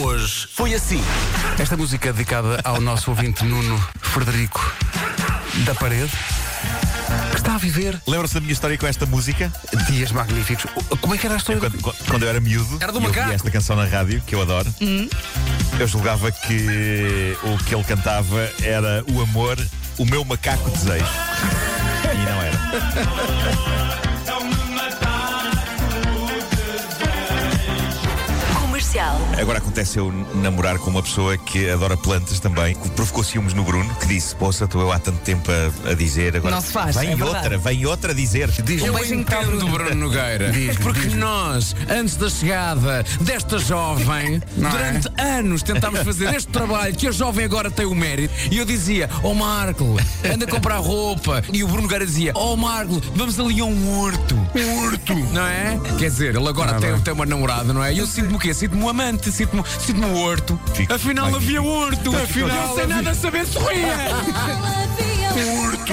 hoje foi assim. Esta música é dedicada ao nosso ouvinte Nuno Frederico da Parede, que está a viver Lembram-se da minha história com esta música? dias magníficos. Como é que era a história? Quando, quando eu era miúdo, Era do e eu macaco. ouvia esta canção na rádio, que eu adoro. Uhum. Eu julgava que o que ele cantava era o amor, o meu macaco desejo. E não era. Comercial. Agora acontece eu namorar com uma pessoa que adora plantas também, que provocou ciúmes no Bruno, que disse: Poça, estou eu há tanto tempo a, a dizer. Agora Não se faz, Vem é verdade. outra, vem outra a dizer. Diz, Um Eu beijinho para o entendo Bruno. Bruno Nogueira. Diz-me, porque diz-me. nós, antes da chegada desta jovem, Não é? durante anos tentámos fazer este trabalho que a jovem agora tem o mérito. E eu dizia, ó Marco, anda a comprar roupa. E o Bruno Nogueira dizia, ó Marco, vamos ali a um horto. Um horto. Não é? Quer dizer, ele agora Ah, tem, bem. tem uma namorada, não é? E eu sinto-me o quê? Sinto-me um amante, sinto-me sinto um horto. Fico Afinal magnífico. havia horto. Afinal, não sei nada a saber se ria. Curto!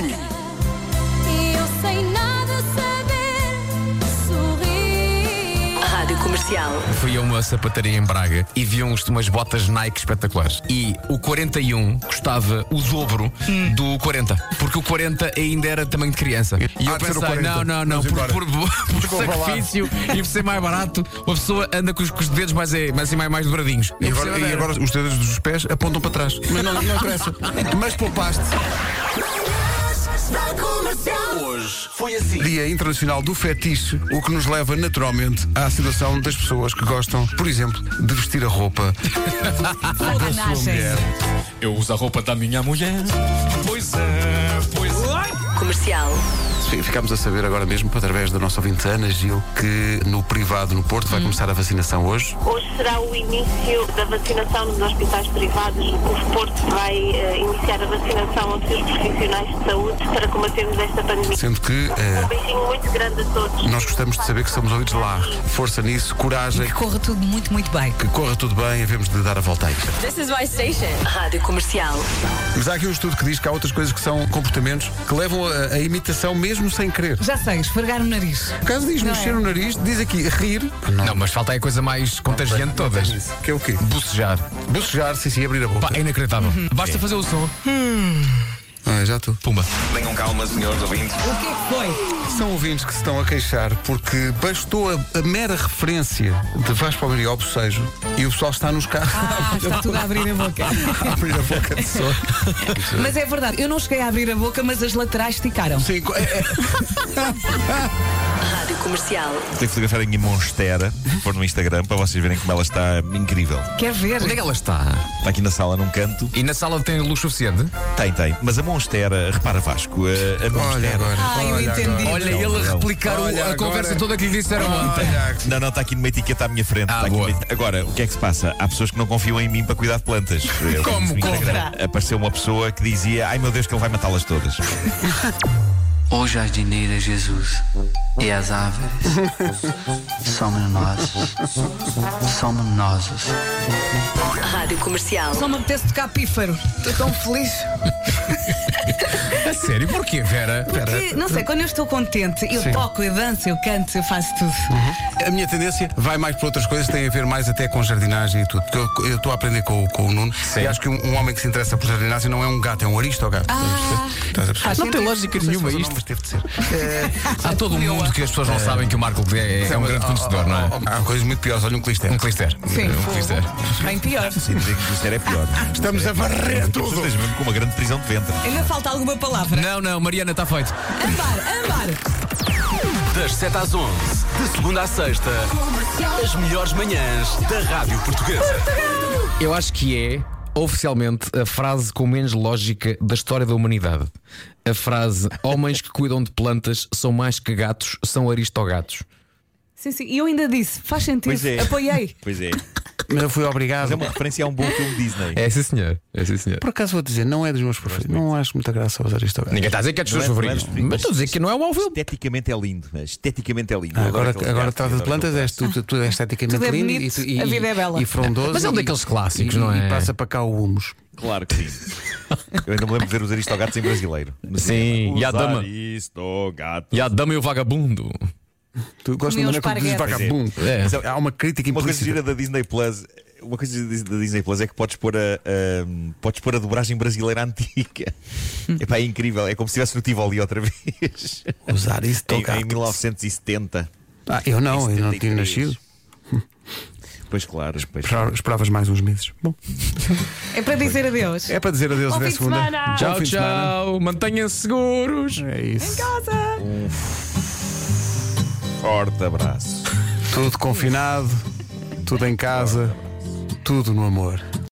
E eu sem nada saber, sorrir. Rádio Comercial. Fui a uma sapataria em Braga e vi uns, umas botas Nike espetaculares. E o 41 custava o dobro do 40. Porque o 40 ainda era tamanho de criança. E eu de ser o pensei, 40. não, não, não, Vamos por, embora. por, por sacrifício e por ser mais barato, a pessoa anda com os, com os dedos mais, é, mais, assim, mais, mais dobradinhos. E Eu agora, percebo, e agora os dedos dos pés apontam para trás. Mas não, não interessa. Mas poupaste. Hoje. Dia Internacional do Fetiche, o que nos leva naturalmente à situação das pessoas que gostam, por exemplo, de vestir a roupa Sacanagens. Eu uso a roupa da minha mulher. Pois é, pois é. Comercial. Ficámos a saber agora mesmo, através da nossa ouvinte Ana Gil, que no privado, no Porto, vai começar a vacinação hoje. Hoje será o início da vacinação nos hospitais privados. O Porto vai eh, iniciar a vacinação aos seus profissionais de saúde para combatermos esta pandemia. Sendo que Um eh, beijinho muito grande a todos. nós gostamos de saber que somos ouvidos lá. Força nisso, coragem, Que corra tudo muito, muito bem. que corra tudo bem, havemos de dar a volta a isto. This is my station. Rádio Comercial. Mas há aqui um estudo que diz que há outras coisas que são comportamentos que levam a, a imitação mesmo sem querer. Já sei, esfregar o nariz. No caso diz Não mexer é? o nariz, diz aqui rir. Não, mas falta aí a coisa mais contagiante de todas. Que é o quê? Bucejar. Bocejar, sim, sim, abrir a Pá, boca. é inacreditável. Basta fazer o som. Ah, já estou. Pumba. Tenham calma, senhores ouvintes. O que é que foi? São ouvintes que se estão a queixar porque bastou a, a mera referência de Vasco Palmeirinho ao bocejo e o pessoal está nos carros Ah, está tudo a abrir a boca. a abrir a boca de sol. Mas é verdade, eu não cheguei a abrir a boca, mas as laterais esticaram. Sim, co- é- é- Rádio Comercial. Tenho que fotografar a minha monstera, pôr no Instagram, para vocês verem como ela está incrível. Quer ver? Onde é que ela está? Está Tá aqui na sala, num canto. E na sala tem luz suficiente? Tem, tem. Mas a Monstera, repara Vasco, a, a olha Monstera. agora. Ah, eu olha entendi. Olha, Não, ele a não. replicar o- Olha, a agora- conversa toda que lhe disseram ontem. Olha. Não, não, está aqui numa etiqueta à minha frente. Ah, Está aqui boa. numa eti- Agora, o que é que se passa? Há pessoas que não confiam em mim para cuidar de plantas. Eu Como? fiz no Como? Instagram. Apareceu uma pessoa que dizia: Ai meu Deus, que ele vai matá-las todas. Ó jardineira é Jesus, e as árvores, somos nós, somos nós. Rádio Comercial. Só me apetece tocar pífaro. Estou tão feliz. A é sério, porquê, Vera? Que, não sei, quando eu estou contente, eu toco, eu danço, eu canto, eu faço tudo. A minha tendência vai mais para outras coisas, tem a ver mais até com jardinagem e tudo. Porque eu- eu estou a aprender com, o- com o Nuno e acho que um, um homem que se interessa por jardinagem não é um gato, é um aristogato. Ah. Estás a perceber? Faz Não tem sentido. lógica Não sei se nenhuma faz ou não, isto. mas teve de ser. Há todo um mundo que as pessoas não sabem que o Marco é, é um grande conhecedor, não é? Há coisas muito piores, olha um clister. Um clister. Sim. Um clister. Bem pior. Sem dizer que o Monstera é pior. Estamos a varrer Tu tudo. estás mesmo com uma grande prisão de ventre. Ainda falta alguma palavra. Não, não, Mariana está feito. Ambar, ambar. Das 7 às 11, de segunda à sexta, as melhores manhãs da Rádio Portuguesa. Eu acho que é, oficialmente, a frase com menos lógica da história da humanidade. A frase: Homens que cuidam de plantas são mais que gatos, são aristogatos. Sim, sim. E eu ainda disse, faz sentido. é. Apoiei. Pois é. Mas eu fui obrigado. Mas é uma referência a um bom filme Disney. É, sim, senhor. É, sim, senhor. Por acaso vou dizer, não é dos meus preferidos. Não acho muita graça aos aristogatas. Ninguém está a dizer que é dos Não seus é- não é favoritos. dos Mas estou a dizer que não é um mau filme. Esteticamente é lindo. mas Esteticamente é lindo. Ah, Eu adoro Agora, aquele é agora gato, trata de adoro plantas, é aquele és tu, tu, tu és esteticamente Tudo é lindo bonito, e, tu- e- a vida é bela. e frondoso. Mas é um e- daqueles clássicos, e- não é? E passa para cá o humus. Claro que sim. Eu ainda me lembro de ver os Aristogatos em brasileiro. No Sim, cinema. e a Os dama. Aristogatos. E a dama e o vagabundo. Tu gostas Comi da maneira uns como dizes esparguetes. vagabundo. É. Mas Há uma crítica Uma coisa implícita. gira da Disney Plus. uma coisa da- da Disney Plus é que podes pôr a, a- podes pôr a dobragem brasileira antiga. Epá, é incrível. É como se estivesse no Tivoli outra vez. Usar isso em, tocar. em 1970. Ah, eu não, eu não tinha 73. nascido. Pois claro, pois Espera- Esperavas mais uns meses. Bom, É para dizer adeus. é para dizer adeus Ao até fim de segunda. semana. Ao fim de semana. Mantenham-se seguros. É Então. isso. Forte abraço. Tudo confinado, tudo em casa, tudo no amor.